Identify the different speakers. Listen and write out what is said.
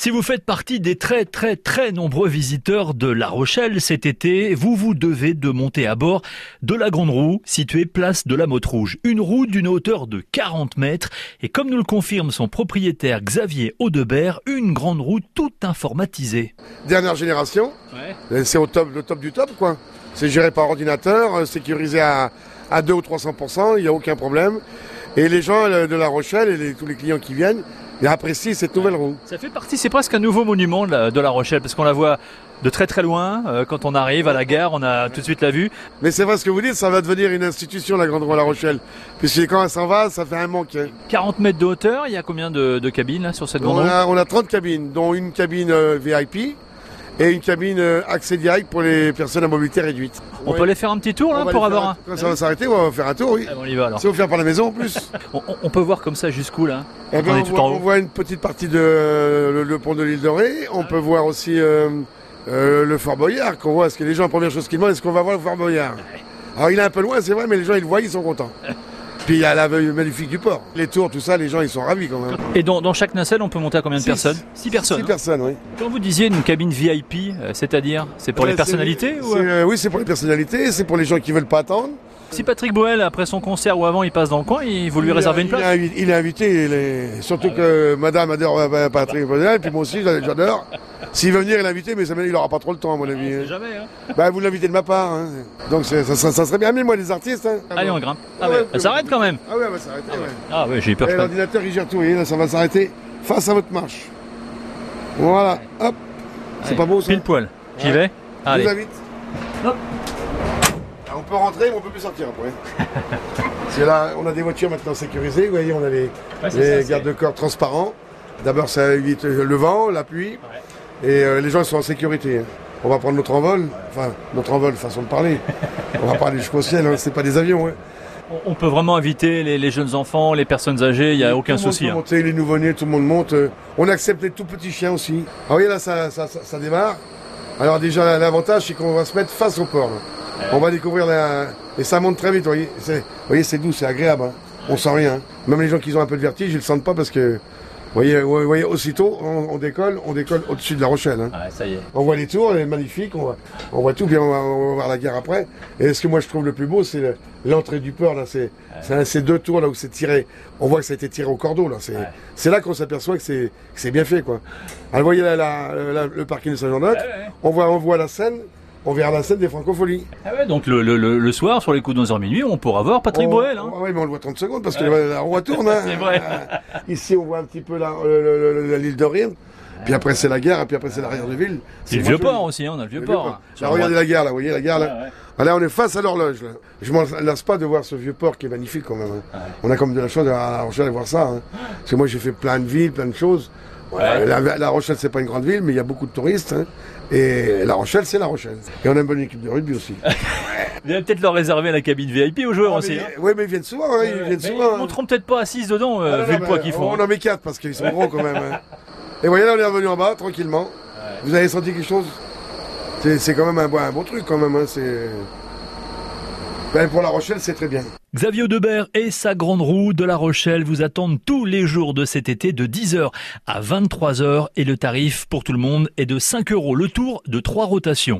Speaker 1: Si vous faites partie des très très très nombreux visiteurs de La Rochelle cet été, vous vous devez de monter à bord de la grande roue située place de la Motte Rouge. Une roue d'une hauteur de 40 mètres et comme nous le confirme son propriétaire Xavier Audebert, une grande roue tout informatisée.
Speaker 2: Dernière génération, Euh, c'est au top, le top du top quoi. C'est géré par ordinateur, euh, sécurisé à, à 2 ou 300%, il n'y a aucun problème. Et les gens euh, de La Rochelle et les- tous les clients qui viennent, ils apprécient cette nouvelle roue.
Speaker 1: Ça fait partie, c'est presque un nouveau monument de la, de La Rochelle parce qu'on la voit de très très loin. Euh, Quand on arrive à la gare, on a tout de suite la vue.
Speaker 2: Mais c'est vrai ce que vous dites, ça va devenir une institution la Grande Roue à La Rochelle. Puisque quand elle s'en va, ça fait un manque. hein.
Speaker 1: 40 mètres de hauteur, il y a combien de, de cabines là, sur cette grande
Speaker 2: On
Speaker 1: roue
Speaker 2: a, on a 30 cabines, dont une cabine euh, VIP et une cabine euh, accès direct pour les personnes à mobilité réduite.
Speaker 1: On peut aller faire un petit tour là
Speaker 2: va
Speaker 1: pour
Speaker 2: aller faire
Speaker 1: avoir un...
Speaker 2: Quand ça va s'arrêter, on va faire un tour, oui.
Speaker 1: Ah, bon, on y va alors.
Speaker 2: C'est offert par la maison en plus.
Speaker 1: On, on- on peut voir comme ça jusqu'où là
Speaker 2: Eh ben,
Speaker 1: On est
Speaker 2: on,
Speaker 1: tout
Speaker 2: voit,
Speaker 1: en haut.
Speaker 2: on voit une petite partie de euh, le, le pont de l'île Dorée. On peut voir aussi euh, euh, le Fort Boyard qu'on voit. Est-ce que les gens, la première chose qu'ils demandent, est-ce qu'on va voir le Fort Boyard Alors il est un peu loin, c'est vrai, mais les gens ils le voient, ils sont contents. Puis il y a la vue magnifique du port. Les tours, tout ça, les gens ils sont ravis quand même.
Speaker 1: Et dans, dans chaque nacelle, on peut monter à combien de
Speaker 2: Six.
Speaker 1: personnes 6 personnes.
Speaker 2: Six
Speaker 1: hein.
Speaker 2: personnes, oui.
Speaker 1: Quand vous disiez une cabine VIP, euh, c'est-à-dire c'est pour les
Speaker 2: Ouais, c'est-
Speaker 1: personnalités ou,
Speaker 2: c'est,
Speaker 1: euh,
Speaker 2: euh, Oui, c'est pour les personnalités, c'est pour les gens qui veulent pas attendre.
Speaker 1: Si Patrick Boel, après son concert ou avant, il passe dans le coin, il, vous lui
Speaker 2: Il
Speaker 1: réservez
Speaker 2: est-
Speaker 1: une place
Speaker 2: il est invi- Il est invité, il est- surtout que madame adore euh, bah, Patrick Bonnet, et puis moi aussi j'a- j'adore. S'il veut venir, il est invité, mais ça, il aura pas trop le temps, à mon
Speaker 1: On
Speaker 2: avis.
Speaker 1: sait
Speaker 2: hein.
Speaker 1: jamais, hein.
Speaker 2: Bah, vous l'invitez de ma part. hein. Donc c'est- ça, ça- ça serait bien. Amenez-moi des artistes. hein.
Speaker 1: Allez, on grimpe. Ah
Speaker 2: Ouais,
Speaker 1: ouais,
Speaker 2: ouais,
Speaker 1: elle s'arrête quand même
Speaker 2: Ah ouais, on va s'arrêter. ouais.
Speaker 1: Ah ouais, j'ai eu peur.
Speaker 2: Et
Speaker 1: je crois.
Speaker 2: L'ordinateur, il gère tout. Vous voyez, là, ça va s'arrêter face à votre marche. Voilà, hop. C'est
Speaker 1: Allez,
Speaker 2: pas beau, ça
Speaker 1: Pile poil. J'y
Speaker 2: Ouais.
Speaker 1: vais
Speaker 2: Je vous
Speaker 1: Allez.
Speaker 2: invite.
Speaker 1: Hop.
Speaker 2: Ah, On peut rentrer, mais on peut plus sortir après. C'est là, on a des voitures maintenant sécurisées. Vous voyez, on a les,
Speaker 1: Ouais, c'est ça,
Speaker 2: les
Speaker 1: c'est-
Speaker 2: garde-corps transparents. D'abord, ça évite euh, le vent, la pluie. Et euh, les gens sont en sécurité. hein. On va prendre notre envol. Enfin, notre envol, façon de parler. on va parler jusqu'au ciel, hein, c'est pas des avions. hein.
Speaker 1: On- On peut vraiment inviter les, les jeunes enfants, les personnes âgées, il n'y a aucun
Speaker 2: tout le monde
Speaker 1: souci.
Speaker 2: peut
Speaker 1: hein.
Speaker 2: monter, les nouveau-nés, tout le monde monte. euh, On accepte les tout petits chiens aussi. Ah oui, là, ça, ça- ça- ça démarre. Alors déjà, l'avantage, c'est qu'on va se mettre face au port. là. On va découvrir la... Et ça monte très vite, vous voyez. C'est- Vous voyez, c'est doux, c'est agréable. hein. On sent rien. hein. Même les gens qui ont un peu de vertige, ils le sentent pas parce que... Vous voyez, vous voyez aussitôt, on, on décolle, on décolle au-dessus de la Rochelle. hein.
Speaker 1: Ouais, ça y est.
Speaker 2: On voit les tours, elle est magnifique, on voit, on voit tout, bien on va, on va voir la gare après. Et ce que moi je trouve le plus beau, c'est le- l'entrée du port, là, c'est c'est ces deux tours là où c'est tiré. On voit que ça a été tiré au cordeau, là. C'est c'est là qu'on s'aperçoit que c'est que c'est bien fait, quoi. Alors, vous voyez là, la- la- le parking de Saint-Jean-d'Aude, on, voit, on voit la scène, on verra la scène des francopholies.
Speaker 1: Ah ouais, donc le, le- le- le soir, sur les coups de 11h minuit, on pourra voir Patrick
Speaker 2: On-
Speaker 1: Boel. hein.
Speaker 2: on- ouais, mais on le voit 30 secondes parce que la, la roue tourne. hein.
Speaker 1: C'est vrai.
Speaker 2: Ici, on voit un petit peu la- le- le- le- l'île de Rhin, puis après c'est la gare, et puis après c'est l'arrière de ville.
Speaker 1: C'est le
Speaker 2: moins
Speaker 1: vieux
Speaker 2: joli.
Speaker 1: port aussi, hein, on a le vieux
Speaker 2: Le
Speaker 1: port.
Speaker 2: vieux
Speaker 1: hein.
Speaker 2: port.
Speaker 1: Sur la
Speaker 2: Là,
Speaker 1: droite.
Speaker 2: regardez la gare, là, vous voyez la gare, là.
Speaker 1: Ah ouais.
Speaker 2: Ah, Là, on est face à l'horloge, là. Je m'en lasse pas de voir ce vieux port qui est magnifique, quand même. hein.
Speaker 1: Ah,
Speaker 2: On a comme de la chance à La Rochelle de voir ça. hein. Parce que moi, j'ai fait plein de villes, plein de choses. Voilà, La, la Rochelle, c'est pas une grande ville, mais il y a beaucoup de touristes. hein. Et La Rochelle, c'est La Rochelle. Et on a une bonne équipe de rugby aussi.
Speaker 1: Ah, Vous allez peut-être leur réserver la cabine VIP aux joueurs aussi. hein.
Speaker 2: oui, Ah, mais ils viennent souvent. hein, Ils viennent
Speaker 1: Mais
Speaker 2: souvent.
Speaker 1: ils
Speaker 2: hein.
Speaker 1: monteront peut-être pas assises dedans, euh,
Speaker 2: Ah, non,
Speaker 1: vu
Speaker 2: non,
Speaker 1: le
Speaker 2: mais
Speaker 1: poids qu'ils font.
Speaker 2: On en met quatre parce qu'ils sont gros quand même. hein. Et voyez là, on est revenu en bas tranquillement. Vous avez senti quelque chose C'est c'est quand même un, bon- un bon truc quand même. hein, c'est- Ben, pour La Rochelle, c'est très bien.
Speaker 1: Xavier Audebert et sa grande roue de La Rochelle vous attendent tous les jours de cet été de 10h à 23h et le tarif pour tout le monde est de 5 euros le tour de 3 rotations.